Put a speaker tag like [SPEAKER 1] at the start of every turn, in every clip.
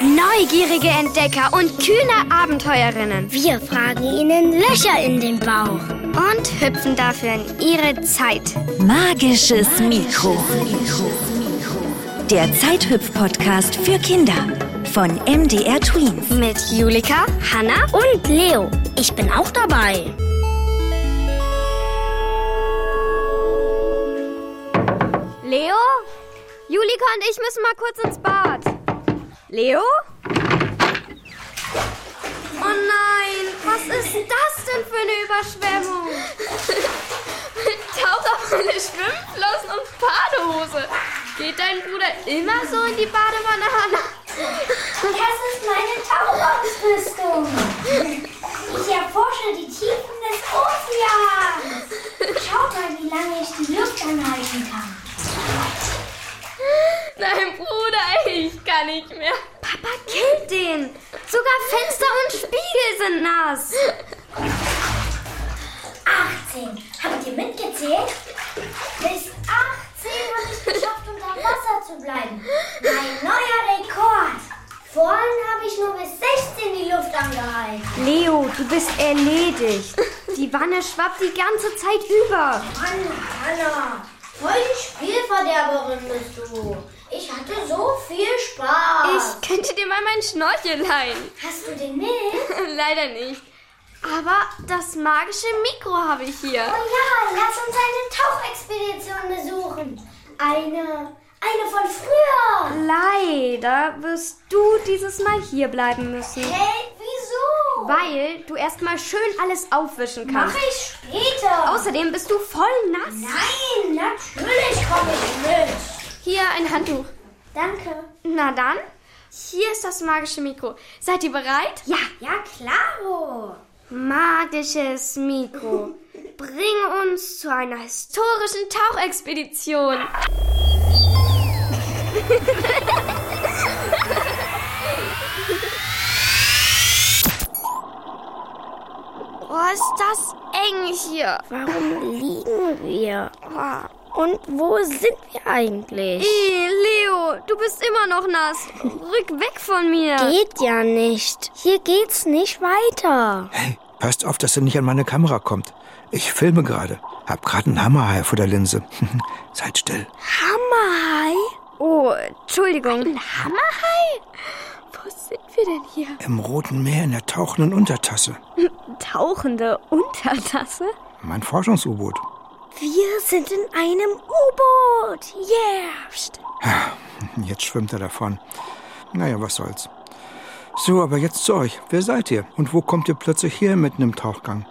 [SPEAKER 1] Neugierige Entdecker und kühne Abenteuerinnen.
[SPEAKER 2] Wir fragen ihnen Löcher in den Bauch.
[SPEAKER 1] Und hüpfen dafür in ihre Zeit.
[SPEAKER 3] Magisches Mikro. Der Zeithüpf-Podcast für Kinder von MDR Tweens.
[SPEAKER 1] Mit Julika, Hanna
[SPEAKER 2] Und Leo, ich bin auch dabei.
[SPEAKER 1] Leo? Julika und ich müssen mal kurz ins Bad. Leo? Oh nein, was ist das denn für eine Überschwemmung?
[SPEAKER 4] Taucherbrille, Schwimmflossen und Badehose. Geht dein Bruder immer so in die Badewanne, Hanna?
[SPEAKER 5] Das ist meine Tauchausrüstung. Ich erforsche die Tiefen des Ozeans. Schaut mal, wie lange ich die Luft anhalten kann.
[SPEAKER 4] Nein, Bruder, ich kann nicht mehr.
[SPEAKER 1] Papa killt den. Sogar Fenster und Spiegel sind nass.
[SPEAKER 5] 18. Habt ihr mitgezählt? Bis 18 habe ich geschafft, unter Wasser zu bleiben. Mein neuer Rekord. Vorhin habe ich nur bis 16 die Luft angehalten.
[SPEAKER 1] Leo, du bist erledigt. Die Wanne schwappt die ganze Zeit über.
[SPEAKER 5] Mann, Hanna, voll die Spielverderberin bist du. Ich hatte so viel Spaß.
[SPEAKER 4] Ich könnte dir mal meinen Schnorchel leihen.
[SPEAKER 5] Hast du den mit?
[SPEAKER 4] Leider nicht. Aber das magische Mikro habe ich hier.
[SPEAKER 5] Oh ja, lass uns eine Tauchexpedition besuchen. Eine, eine von früher.
[SPEAKER 1] Leider wirst du dieses Mal hier bleiben müssen.
[SPEAKER 5] Hey, wieso?
[SPEAKER 1] Weil du erstmal schön alles aufwischen
[SPEAKER 5] Mach
[SPEAKER 1] kannst.
[SPEAKER 5] ich später.
[SPEAKER 1] Außerdem bist du voll nass.
[SPEAKER 5] Nein, natürlich komme ich mit.
[SPEAKER 4] Hier ein Handtuch.
[SPEAKER 5] Danke.
[SPEAKER 1] Na dann?
[SPEAKER 4] Hier ist das magische Mikro. Seid ihr bereit?
[SPEAKER 1] Ja,
[SPEAKER 5] Ja, klaro.
[SPEAKER 1] magisches Mikro. Bring uns zu einer historischen
[SPEAKER 4] Tauchexpedition.
[SPEAKER 1] Oh, ist das eng hier. Oh.
[SPEAKER 2] Warum liegen wir? Und wo sind wir eigentlich?
[SPEAKER 1] Ih, Leo, du bist immer noch nass. Rück weg von mir.
[SPEAKER 2] Geht ja nicht. Hier geht's nicht weiter.
[SPEAKER 6] Hey, passt auf, dass er nicht an meine Kamera kommt. Ich filme gerade. Hab gerade einen Hammerhai vor der Linse. Seid still.
[SPEAKER 2] Hammerhai?
[SPEAKER 1] Oh, Entschuldigung.
[SPEAKER 4] Wo sind wir denn hier?
[SPEAKER 6] Im Roten Meer in der tauchenden Untertasse.
[SPEAKER 4] Tauchende Untertasse?
[SPEAKER 6] Mein Forschungs-U-Boot.
[SPEAKER 2] Wir sind in einem U-Boot. Yeah. Psst.
[SPEAKER 6] Jetzt schwimmt er davon. Naja, was soll's. So, aber jetzt zu euch. Wer seid ihr? Und wo kommt ihr plötzlich her mitten im Tauchgang?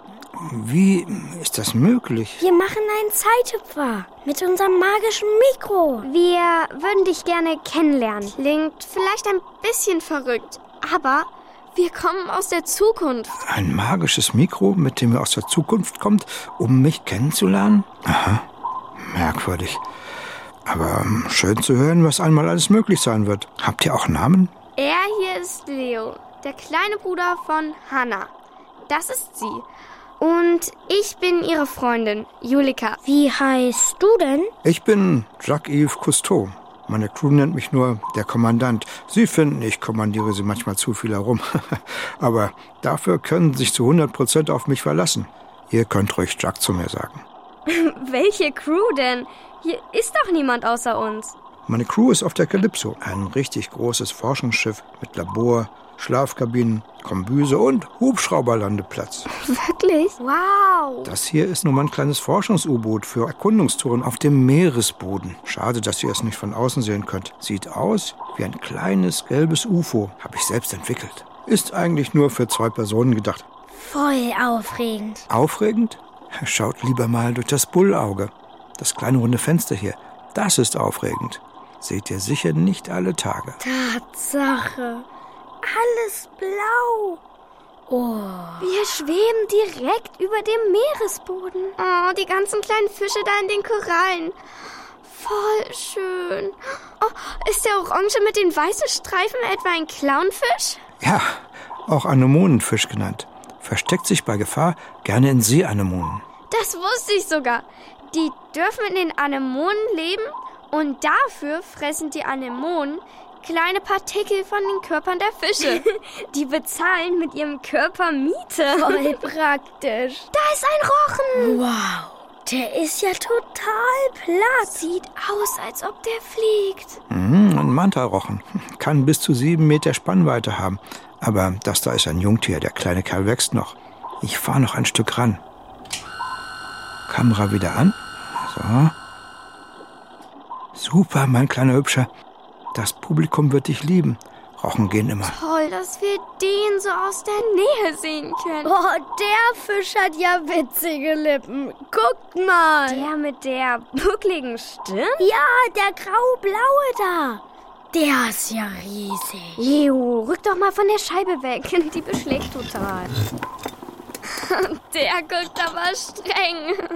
[SPEAKER 6] Wie ist das möglich?
[SPEAKER 2] Wir machen einen Zeithüpfer mit unserem magischen Mikro.
[SPEAKER 1] Wir würden dich gerne kennenlernen.
[SPEAKER 4] Klingt vielleicht ein bisschen verrückt, aber wir kommen aus der Zukunft.
[SPEAKER 6] Ein magisches Mikro, mit dem ihr aus der Zukunft kommt, um mich kennenzulernen? Aha, merkwürdig. Aber ähm, schön zu hören, was einmal alles möglich sein wird. Habt ihr auch Namen?
[SPEAKER 4] Er hier ist Leo, der kleine Bruder von Hannah. Das ist sie. Und ich bin ihre Freundin, Julika.
[SPEAKER 2] Wie heißt du denn?
[SPEAKER 6] Ich bin Jacques-Yves Cousteau. Meine Crew nennt mich nur der Kommandant. Sie finden, ich kommandiere sie manchmal zu viel herum. Aber dafür können sie sich zu 100% auf mich verlassen. Ihr könnt ruhig Jacques zu mir sagen.
[SPEAKER 1] Welche Crew denn? Hier ist doch niemand außer uns.
[SPEAKER 6] Meine Crew ist auf der Calypso, ein richtig großes Forschungsschiff mit Labor, Schlafkabinen, Kombüse und Hubschrauberlandeplatz.
[SPEAKER 1] Wirklich? Wow.
[SPEAKER 6] Das hier ist nur mal ein kleines Forschungs-U-Boot für Erkundungstouren auf dem Meeresboden. Schade, dass ihr es nicht von außen sehen könnt. Sieht aus wie ein kleines gelbes UFO. Habe ich selbst entwickelt. Ist eigentlich nur für zwei Personen gedacht.
[SPEAKER 2] Voll aufregend.
[SPEAKER 6] Aufregend? Schaut lieber mal durch das Bullauge. Das kleine runde Fenster hier. Das ist aufregend. Seht ihr sicher nicht alle Tage.
[SPEAKER 2] Tatsache. Alles blau.
[SPEAKER 1] Wir schweben direkt über dem Meeresboden.
[SPEAKER 4] Oh, die ganzen kleinen Fische da in den Korallen. Voll schön. Oh, ist der Orange mit den weißen Streifen etwa ein Clownfisch?
[SPEAKER 6] Ja, auch Anemonenfisch genannt. Versteckt sich bei Gefahr gerne in Seeanemonen.
[SPEAKER 4] Das wusste ich sogar. Die dürfen in den Anemonen leben und dafür fressen die Anemonen kleine Partikel von den Körpern der Fische.
[SPEAKER 1] Die bezahlen mit ihrem Körper Miete.
[SPEAKER 2] Voll praktisch.
[SPEAKER 4] da ist ein Rochen!
[SPEAKER 2] Wow, der ist ja total platt.
[SPEAKER 4] Sieht aus, als ob der fliegt.
[SPEAKER 6] Mhm, ein Mantarochen. Kann bis zu sieben Meter Spannweite haben. Aber das da ist ein Jungtier. Der kleine Kerl wächst noch. Ich fahre noch ein Stück ran. Kamera wieder an. So. Super, mein kleiner Hübscher. Das Publikum wird dich lieben. Rochen gehen immer.
[SPEAKER 4] Toll, dass wir den so aus der Nähe sehen können.
[SPEAKER 2] Oh, der Fisch hat ja witzige Lippen. Guckt mal.
[SPEAKER 1] Der mit der buckligen Stirn?
[SPEAKER 2] ja, der grau-blaue da. Der ist ja riesig.
[SPEAKER 1] Ew, rück doch mal von der Scheibe weg. Die beschlägt total.
[SPEAKER 4] Der guckt aber streng.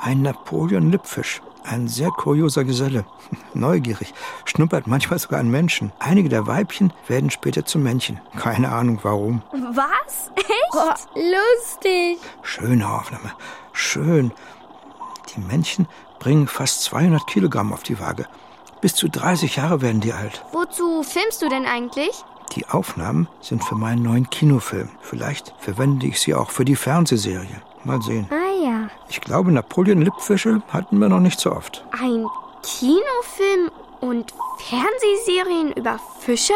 [SPEAKER 6] Ein Napoleon-Lippfisch. Ein sehr kurioser Geselle. Neugierig. Schnuppert manchmal sogar an Menschen. Einige der Weibchen werden später zu Männchen. Keine Ahnung warum.
[SPEAKER 1] Was?
[SPEAKER 2] Oh, lustig.
[SPEAKER 6] Schöne Aufnahme. Schön. Die Männchen bringen fast 200 Kilogramm auf die Waage. Bis zu 30 Jahre werden die alt.
[SPEAKER 4] Wozu filmst du denn eigentlich?
[SPEAKER 6] Die Aufnahmen sind für meinen neuen Kinofilm. Vielleicht verwende ich sie auch für die Fernsehserie. Mal sehen.
[SPEAKER 4] Ah ja.
[SPEAKER 6] Ich glaube, Napoleon-Lippfische hatten wir noch nicht so oft.
[SPEAKER 4] Ein Kinofilm und Fernsehserien über Fische?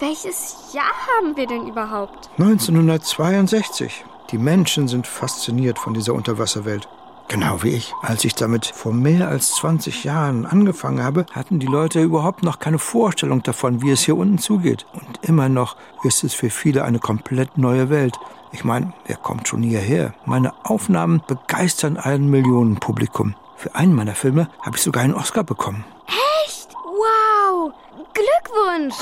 [SPEAKER 4] Welches Jahr haben wir denn überhaupt?
[SPEAKER 6] 1962. Die Menschen sind fasziniert von dieser Unterwasserwelt. Genau wie ich. Als ich damit vor mehr als 20 Jahren angefangen habe, hatten die Leute überhaupt noch keine Vorstellung davon, wie es hier unten zugeht. Und immer noch ist es für viele eine komplett neue Welt. Ich meine, wer kommt schon hierher? Meine Aufnahmen begeistern ein Millionenpublikum. Für einen meiner Filme habe ich sogar einen Oscar bekommen.
[SPEAKER 4] Wow! Glückwunsch!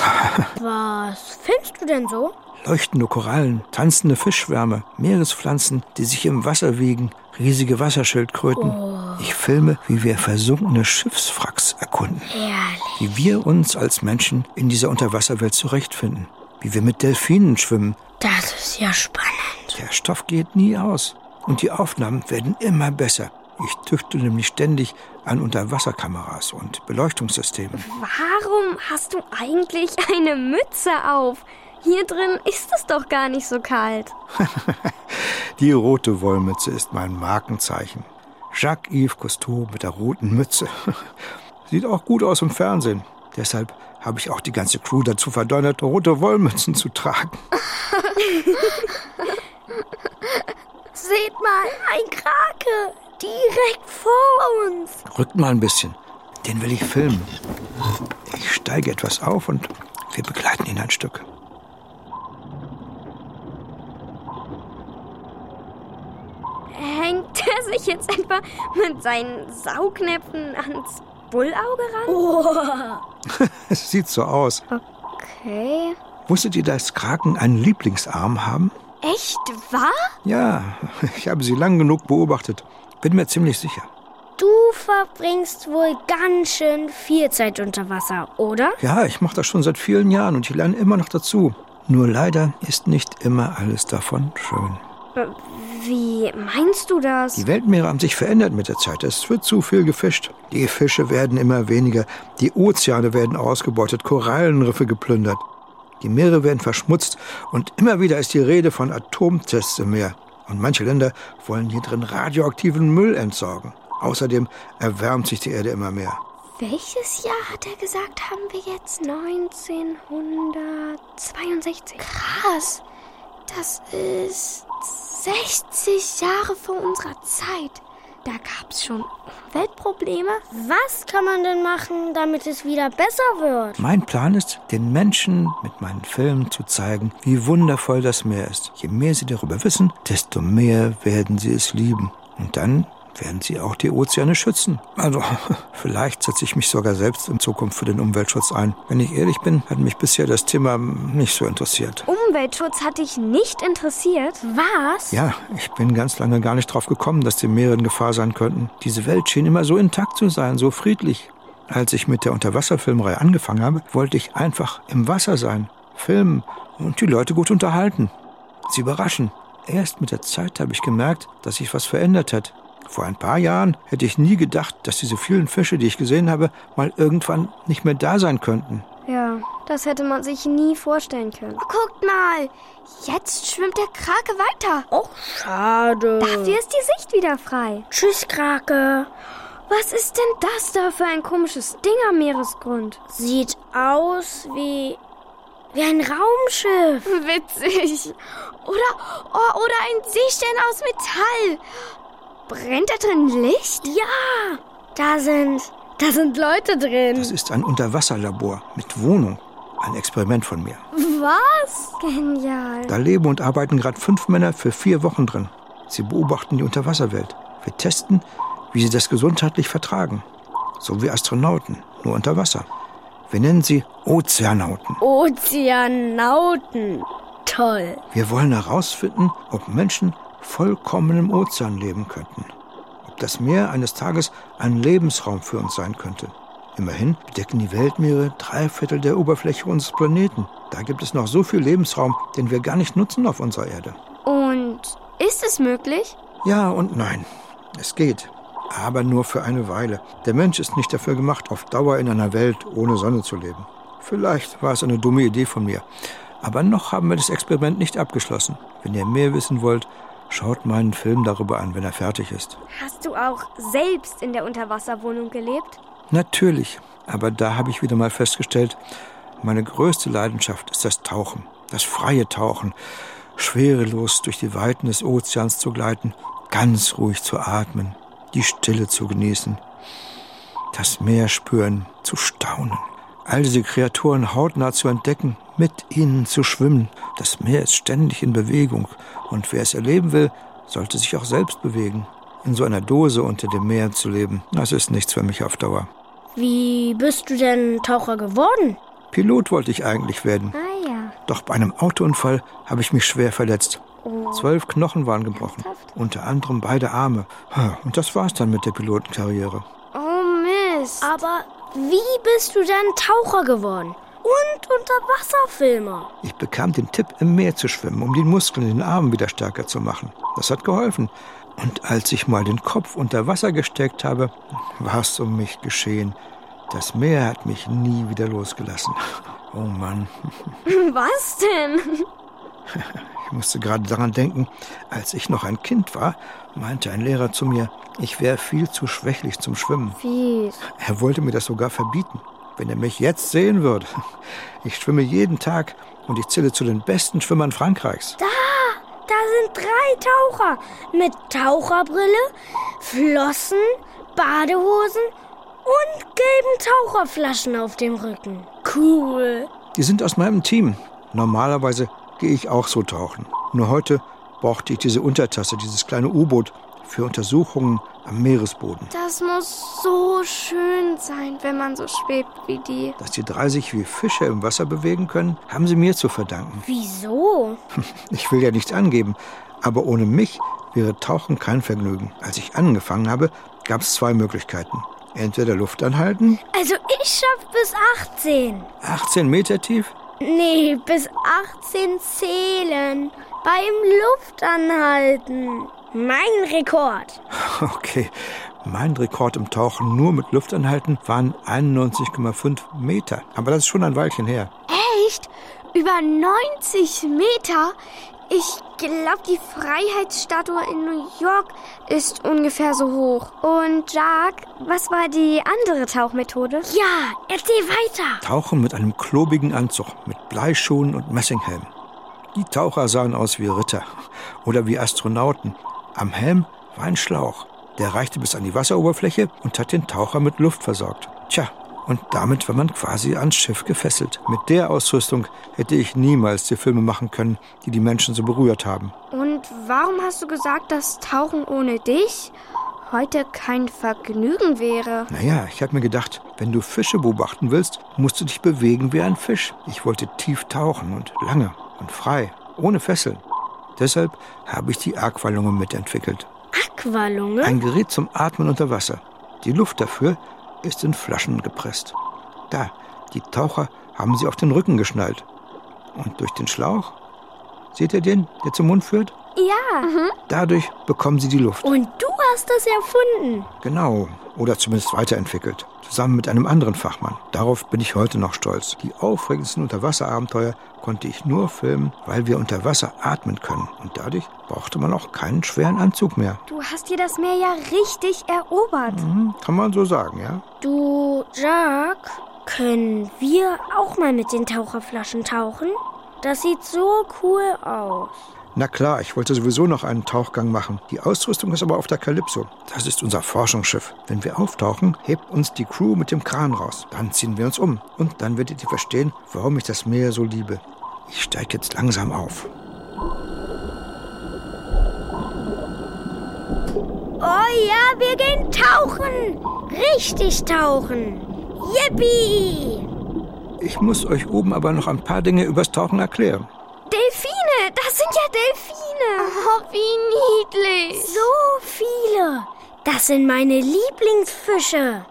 [SPEAKER 2] Was filmst du denn so?
[SPEAKER 6] Leuchtende Korallen, tanzende Fischschwärme, Meerespflanzen, die sich im Wasser wiegen, riesige Wasserschildkröten.
[SPEAKER 2] Oh.
[SPEAKER 6] Ich filme, wie wir versunkene Schiffswracks erkunden. Wie wir uns als Menschen in dieser Unterwasserwelt zurechtfinden. Wie wir mit Delfinen schwimmen.
[SPEAKER 2] Das ist ja spannend.
[SPEAKER 6] Der Stoff geht nie aus. Und die Aufnahmen werden immer besser. Ich tüftel nämlich ständig an Unterwasserkameras und Beleuchtungssystemen.
[SPEAKER 1] Warum hast du eigentlich eine Mütze auf? Hier drin ist es doch gar nicht so kalt.
[SPEAKER 6] Die rote Wollmütze ist mein Markenzeichen. Jacques-Yves Cousteau mit der roten Mütze. Sieht auch gut aus im Fernsehen. Deshalb habe ich auch die ganze Crew dazu verdonnert, rote Wollmützen zu tragen.
[SPEAKER 2] Seht mal, ein Krake. Direkt vor uns.
[SPEAKER 6] Rückt mal ein bisschen. Den will ich filmen. Ich steige etwas auf und wir begleiten ihn ein Stück.
[SPEAKER 1] Hängt er sich jetzt etwa mit seinen Saugnäpfen ans Bullauge ran?
[SPEAKER 2] Oh.
[SPEAKER 6] Es sieht so aus.
[SPEAKER 1] Okay.
[SPEAKER 6] Wusstet ihr, dass Kraken einen Lieblingsarm haben?
[SPEAKER 4] Echt wahr?
[SPEAKER 6] Ja, ich habe sie lang genug beobachtet. Bin mir ziemlich sicher.
[SPEAKER 2] Du verbringst wohl ganz schön viel Zeit unter Wasser, oder?
[SPEAKER 6] Ja, ich mache das schon seit vielen Jahren und ich lerne immer noch dazu. Nur leider ist nicht immer alles davon schön.
[SPEAKER 1] Wie meinst du das?
[SPEAKER 6] Die Weltmeere haben sich verändert mit der Zeit. Es wird zu viel gefischt. Die Fische werden immer weniger. Die Ozeane werden ausgebeutet, Korallenriffe geplündert. Die Meere werden verschmutzt und immer wieder ist die Rede von Atomtests im Meer. Und manche Länder wollen hier drin radioaktiven Müll entsorgen. Außerdem erwärmt sich die Erde immer mehr.
[SPEAKER 4] Welches Jahr hat er gesagt, haben wir jetzt?
[SPEAKER 1] 1962.
[SPEAKER 4] Krass. Das ist 60 Jahre vor unserer Zeit. Da gab's schon Umweltprobleme.
[SPEAKER 2] Was kann man denn machen, damit es wieder besser wird?
[SPEAKER 6] Mein Plan ist, den Menschen mit meinen Filmen zu zeigen, wie wundervoll das Meer ist. Je mehr sie darüber wissen, desto mehr werden sie es lieben. Und dann werden sie auch die Ozeane schützen. Also, vielleicht setze ich mich sogar selbst in Zukunft für den Umweltschutz ein. Wenn ich ehrlich bin, hat mich bisher das Thema nicht so interessiert.
[SPEAKER 1] Umweltschutz hat dich nicht interessiert? Was?
[SPEAKER 6] Ja, ich bin ganz lange gar nicht drauf gekommen, dass die Meere in Gefahr sein könnten. Diese Welt schien immer so intakt zu sein, so friedlich. Als ich mit der Unterwasserfilmerei angefangen habe, wollte ich einfach im Wasser sein, filmen und die Leute gut unterhalten. Sie überraschen. Erst mit der Zeit habe ich gemerkt, dass sich was verändert hat. Vor ein paar Jahren hätte ich nie gedacht, dass diese vielen Fische, die ich gesehen habe, mal irgendwann nicht mehr da sein könnten.
[SPEAKER 1] Ja, das hätte man sich nie vorstellen können.
[SPEAKER 4] Guckt mal, jetzt schwimmt der Krake weiter.
[SPEAKER 2] Och, Oh, schade.
[SPEAKER 1] Dafür ist die Sicht wieder frei.
[SPEAKER 2] Tschüss, Krake.
[SPEAKER 1] Was ist denn das da für ein komisches Ding am Meeresgrund?
[SPEAKER 2] Sieht aus wie. wie ein Raumschiff.
[SPEAKER 4] Witzig. Oder, oh, oder ein Seestern aus Metall. Brennt da drin Licht?
[SPEAKER 2] Ja, da sind. da sind Leute drin.
[SPEAKER 6] Das ist ein Unterwasserlabor mit Wohnung. Ein Experiment von mir.
[SPEAKER 1] Was? Genial.
[SPEAKER 6] Da leben und arbeiten gerade fünf Männer für vier Wochen drin. Sie beobachten die Unterwasserwelt. Wir testen, wie sie das gesundheitlich vertragen. So wie Astronauten, nur unter Wasser. Wir nennen sie Ozeanauten.
[SPEAKER 2] Ozeanauten. Toll.
[SPEAKER 6] Wir wollen herausfinden, ob Menschen vollkommen im Ozean leben könnten. Ob das Meer eines Tages ein Lebensraum für uns sein könnte. Immerhin bedecken die Weltmeere drei Viertel der Oberfläche unseres Planeten. Da gibt es noch so viel Lebensraum, den wir gar nicht nutzen auf unserer Erde.
[SPEAKER 1] Und ist es möglich?
[SPEAKER 6] Ja und nein. Es geht. Aber nur für eine Weile. Der Mensch ist nicht dafür gemacht, auf Dauer in einer Welt ohne Sonne zu leben. Vielleicht war es eine dumme Idee von mir. Aber noch haben wir das Experiment nicht abgeschlossen. Wenn ihr mehr wissen wollt, schaut meinen Film darüber an, wenn er fertig ist.
[SPEAKER 1] Hast du auch selbst in der Unterwasserwohnung gelebt?
[SPEAKER 6] Natürlich. Aber da habe ich wieder mal festgestellt, meine größte Leidenschaft ist das Tauchen, das freie Tauchen. Schwerelos durch die Weiten des Ozeans zu gleiten, ganz ruhig zu atmen, die Stille zu genießen, das Meer spüren, zu staunen, all diese Kreaturen hautnah zu entdecken, mit ihnen zu schwimmen. Das Meer ist ständig in Bewegung und wer es erleben will, sollte sich auch selbst bewegen. In so einer Dose unter dem Meer zu leben, das ist nichts für mich auf Dauer.
[SPEAKER 2] Wie bist du denn Taucher geworden?
[SPEAKER 6] Pilot wollte ich eigentlich werden,
[SPEAKER 1] Ah ja.
[SPEAKER 6] doch bei einem Autounfall habe ich mich schwer verletzt.
[SPEAKER 1] Oh.
[SPEAKER 6] Zwölf Knochen waren gebrochen, unter anderem beide Arme. Ha, Und das war's dann mit der Pilotenkarriere.
[SPEAKER 4] Oh Mist.
[SPEAKER 2] Aber wie bist du dann Taucher geworden? Und Unterwasserfilmer?
[SPEAKER 6] Ich bekam den Tipp, im Meer zu schwimmen, um die Muskeln in den Armen wieder stärker zu machen. Das hat geholfen. Und als ich mal den Kopf unter Wasser gesteckt habe, war es um mich geschehen. Das Meer hat mich nie wieder losgelassen. Oh Mann,
[SPEAKER 1] Was denn?
[SPEAKER 6] ich musste gerade daran denken, als ich noch ein Kind war, meinte ein Lehrer zu mir, ich wäre viel zu schwächlich zum Schwimmen.
[SPEAKER 1] Fies.
[SPEAKER 6] Er wollte mir das sogar verbieten, wenn er mich jetzt sehen würde. Ich schwimme jeden Tag und ich zähle zu den besten Schwimmern Frankreichs.
[SPEAKER 2] Da sind drei Taucher mit Taucherbrille, Flossen, Badehosen und gelben Taucherflaschen auf dem Rücken. Cool.
[SPEAKER 6] Die sind aus meinem Team. Normalerweise gehe ich auch so tauchen. Nur heute brauchte ich diese Untertasse, dieses kleine U-Boot für Untersuchungen am Meeresboden.
[SPEAKER 4] Das muss so schön sein, wenn man so schwebt wie die.
[SPEAKER 6] Dass die drei sich wie Fische im Wasser bewegen können, haben sie mir zu verdanken.
[SPEAKER 2] Wieso?
[SPEAKER 6] Ich will ja nichts angeben, aber ohne mich wäre Tauchen kein Vergnügen. Als ich angefangen habe, gab es zwei Möglichkeiten. Entweder Luft anhalten,
[SPEAKER 2] Also ich schaff bis 18.
[SPEAKER 6] 18 Meter tief,
[SPEAKER 2] Nee, bis 18 zählen. Beim Luftanhalten. Mein Rekord.
[SPEAKER 6] Okay, mein Rekord im Tauchen nur mit Luftanhalten waren 91,5 Meter. Aber das ist schon ein Weilchen her.
[SPEAKER 4] Echt? Über 90 Meter? Ich glaube, die Freiheitsstatue in New York ist ungefähr so hoch.
[SPEAKER 1] Und Jacques, was war die andere Tauchmethode?
[SPEAKER 2] Ja, erzähl weiter.
[SPEAKER 6] Tauchen mit einem klobigen Anzug, mit Bleischuhen und Messinghelm. Die Taucher sahen aus wie Ritter oder wie Astronauten. Am Helm war ein Schlauch. Der reichte bis an die Wasseroberfläche und hat den Taucher mit Luft versorgt. Tja, und damit war man quasi ans Schiff gefesselt. Mit der Ausrüstung hätte ich niemals die Filme machen können, die die Menschen so berührt haben.
[SPEAKER 4] Und warum hast du gesagt, dass Tauchen ohne dich heute kein Vergnügen wäre?
[SPEAKER 6] Naja, ich habe mir gedacht, wenn du Fische beobachten willst, musst du dich bewegen wie ein Fisch. Ich wollte tief tauchen und lange und frei, ohne Fesseln. Deshalb habe ich die Aqualunge mitentwickelt.
[SPEAKER 2] Aqualunge?
[SPEAKER 6] Ein Gerät zum Atmen unter Wasser. Die Luft dafür ist in Flaschen gepresst. Da, die Taucher haben sie auf den Rücken geschnallt. Und durch den Schlauch, seht ihr den, der zum Mund führt?
[SPEAKER 1] Ja.
[SPEAKER 6] Dadurch bekommen sie die Luft.
[SPEAKER 2] Und du hast das erfunden.
[SPEAKER 6] Genau, oder zumindest weiterentwickelt, zusammen mit einem anderen Fachmann. Darauf bin ich heute noch stolz. Die aufregendsten Unterwasserabenteuer konnte ich nur filmen, weil wir unter Wasser atmen können und dadurch brauchte man auch keinen schweren Anzug mehr.
[SPEAKER 1] Du hast dir das Meer ja richtig erobert.
[SPEAKER 6] Hm, kann man so sagen, ja?
[SPEAKER 2] Du, Jacques, können wir auch mal mit den Taucherflaschen tauchen? Das sieht so cool aus.
[SPEAKER 6] Na klar, ich wollte sowieso noch einen Tauchgang machen. Die Ausrüstung ist aber auf der Kalypso. Das ist unser Forschungsschiff. Wenn wir auftauchen, hebt uns die Crew mit dem Kran raus. Dann ziehen wir uns um. Und dann werdet ihr verstehen, warum ich das Meer so liebe. Ich steige jetzt langsam auf.
[SPEAKER 2] Oh ja, wir gehen tauchen. Richtig tauchen. Yippie!
[SPEAKER 6] Ich muss euch oben aber noch ein paar Dinge übers Tauchen erklären.
[SPEAKER 1] Delfine, das sind ja Delfine.
[SPEAKER 4] Oh, wie niedlich.
[SPEAKER 2] So viele. Das sind meine Lieblingsfische.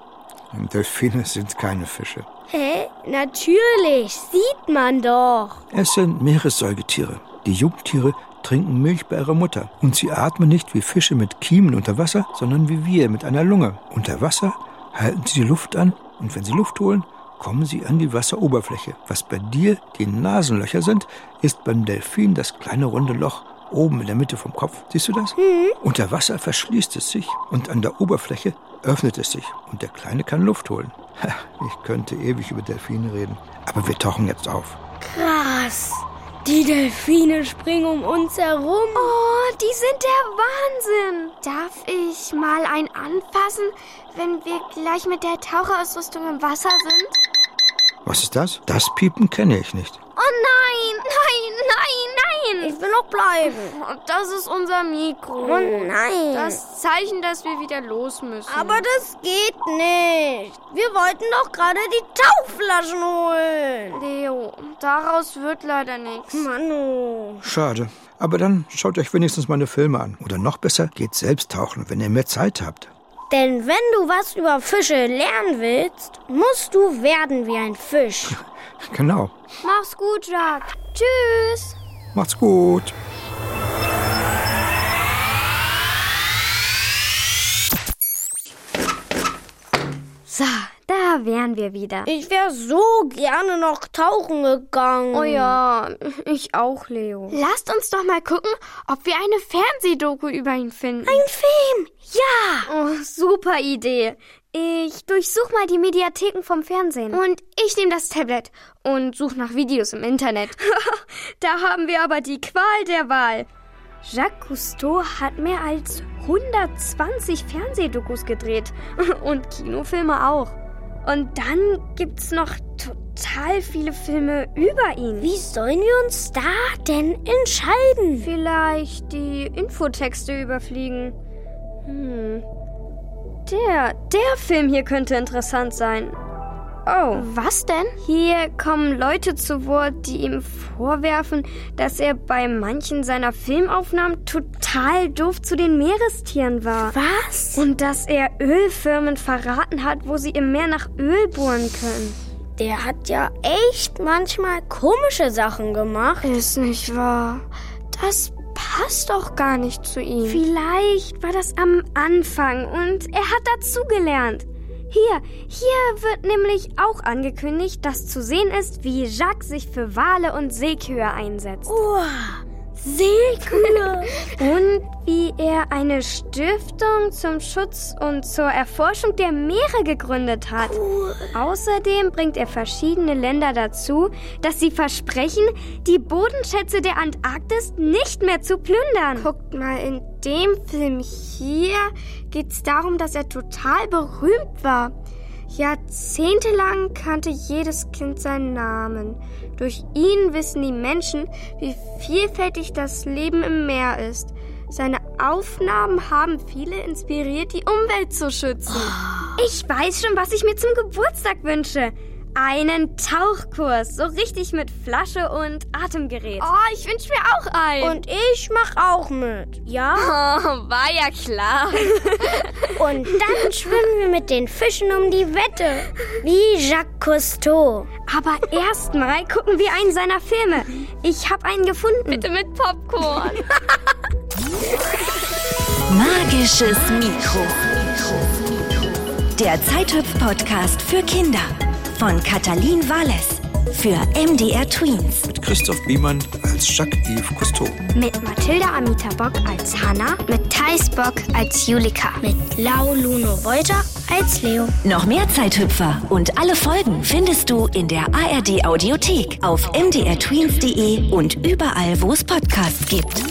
[SPEAKER 6] Delfine sind keine Fische.
[SPEAKER 2] Hä? Natürlich, sieht man doch.
[SPEAKER 6] Es sind Meeressäugetiere. Die Jungtiere trinken Milch bei ihrer Mutter. Und sie atmen nicht wie Fische mit Kiemen unter Wasser, sondern wie wir mit einer Lunge. Unter Wasser halten sie die Luft an und wenn sie Luft holen, kommen sie an die Wasseroberfläche. Was bei dir die Nasenlöcher sind, ist beim Delfin das kleine runde Loch oben in der Mitte vom Kopf. Siehst du
[SPEAKER 2] Hm,
[SPEAKER 6] das? Unter Wasser verschließt es sich und an der Oberfläche öffnet es sich und der Kleine kann Luft holen. Ha, ich könnte ewig über Delfine reden, aber wir tauchen jetzt auf.
[SPEAKER 2] Krass. Die Delfine springen um uns herum.
[SPEAKER 4] Oh, die sind der Wahnsinn. Darf ich mal einen anfassen, wenn wir gleich mit der Taucherausrüstung im Wasser sind?
[SPEAKER 6] Was ist das? Das Piepen kenne ich nicht.
[SPEAKER 4] Oh nein, nein, nein,
[SPEAKER 2] Ich will noch bleiben.
[SPEAKER 4] nein. Und das ist unser Mikro.
[SPEAKER 2] Oh nein.
[SPEAKER 4] Das Zeichen, dass wir wieder los müssen.
[SPEAKER 2] Aber das geht nicht. Wir wollten doch gerade die Tauchflaschen holen.
[SPEAKER 4] Leo, daraus wird leider nichts.
[SPEAKER 2] Hm. Manu.
[SPEAKER 6] Schade. Aber dann schaut euch wenigstens meine Filme an. Oder noch besser, geht selbst tauchen, wenn ihr mehr Zeit habt.
[SPEAKER 2] Denn wenn du was über Fische lernen willst, musst du werden wie ein Fisch.
[SPEAKER 6] Genau.
[SPEAKER 4] Mach's gut, Jacques. Tschüss.
[SPEAKER 6] Macht's gut.
[SPEAKER 1] So,
[SPEAKER 2] Ah,
[SPEAKER 1] da wären wir wieder.
[SPEAKER 2] Ich wäre so gerne noch tauchen gegangen.
[SPEAKER 1] Oh ja, ich auch, Leo.
[SPEAKER 4] Lasst uns doch mal gucken, ob wir eine Fernsehdoku über ihn finden.
[SPEAKER 2] Ein Film. Ja.
[SPEAKER 1] Oh, super Idee. Ich durchsuche mal die Mediatheken vom Fernsehen.
[SPEAKER 4] Und ich nehme das Tablet und suche nach Videos im Internet.
[SPEAKER 1] Da haben wir aber die Qual der Wahl. Jacques Cousteau hat mehr als 120 Fernsehdokus gedreht und Kinofilme auch. Und dann gibt's noch total viele Filme über ihn.
[SPEAKER 2] Wie sollen wir uns da denn entscheiden?
[SPEAKER 1] Vielleicht die Infotexte überfliegen. Hm. Der, der Film hier könnte interessant sein. Oh.
[SPEAKER 4] Was denn?
[SPEAKER 1] Hier kommen Leute zu Wort, die ihm vorwerfen, dass er bei manchen seiner Filmaufnahmen total doof zu den Meerestieren war.
[SPEAKER 2] Was?
[SPEAKER 1] Und dass er Ölfirmen verraten hat, wo sie im Meer nach Öl bohren können.
[SPEAKER 2] Der hat ja echt manchmal komische Sachen gemacht.
[SPEAKER 4] Ist nicht wahr. Das passt doch gar nicht zu ihm.
[SPEAKER 1] Vielleicht war das am Anfang und er hat dazugelernt. Hier, hier wird nämlich auch angekündigt, dass zu sehen ist, wie Jacques sich für Wale und Seekühe einsetzt.
[SPEAKER 2] Uah, Seekühe.
[SPEAKER 1] Und wie er eine Stiftung zum Schutz und zur Erforschung der Meere gegründet hat. Außerdem bringt er verschiedene Länder dazu, dass sie versprechen, die Bodenschätze der Antarktis nicht mehr zu plündern.
[SPEAKER 4] Guckt mal, in dem Film hier geht's darum, dass er total berühmt war. Jahrzehntelang kannte jedes Kind seinen Namen. Durch ihn wissen die Menschen, wie vielfältig das Leben im Meer ist. Seine Aufnahmen haben viele inspiriert, die Umwelt zu schützen.
[SPEAKER 1] Ich weiß schon, was ich mir zum Geburtstag wünsche. Einen Tauchkurs, so richtig mit Flasche und Atemgerät.
[SPEAKER 4] Oh, ich wünsche mir auch einen.
[SPEAKER 2] Und ich mach auch mit. Ja?
[SPEAKER 4] war ja klar.
[SPEAKER 2] Und dann schwimmen wir mit den Fischen um die Wette. Wie Jacques Cousteau.
[SPEAKER 1] Aber erstmal gucken wir einen seiner Filme. Ich habe einen gefunden.
[SPEAKER 4] Mit Popcorn.
[SPEAKER 3] Magisches Mikro. Der Zeithüpf-Podcast für Kinder von Katalin Wales für MDR Tweens.
[SPEAKER 6] Mit Christoph Biemann als Jacques-Yves Cousteau.
[SPEAKER 4] Mit Mathilda Amita Bock als Hanna.
[SPEAKER 2] Mit Thais Bock als Julika. Mit Lau Luno Reuter als Leo.
[SPEAKER 3] Noch mehr Zeithüpfer und alle Folgen findest du in der ARD E Audiothek auf mdrtweens.de und überall, wo es Podcasts gibt.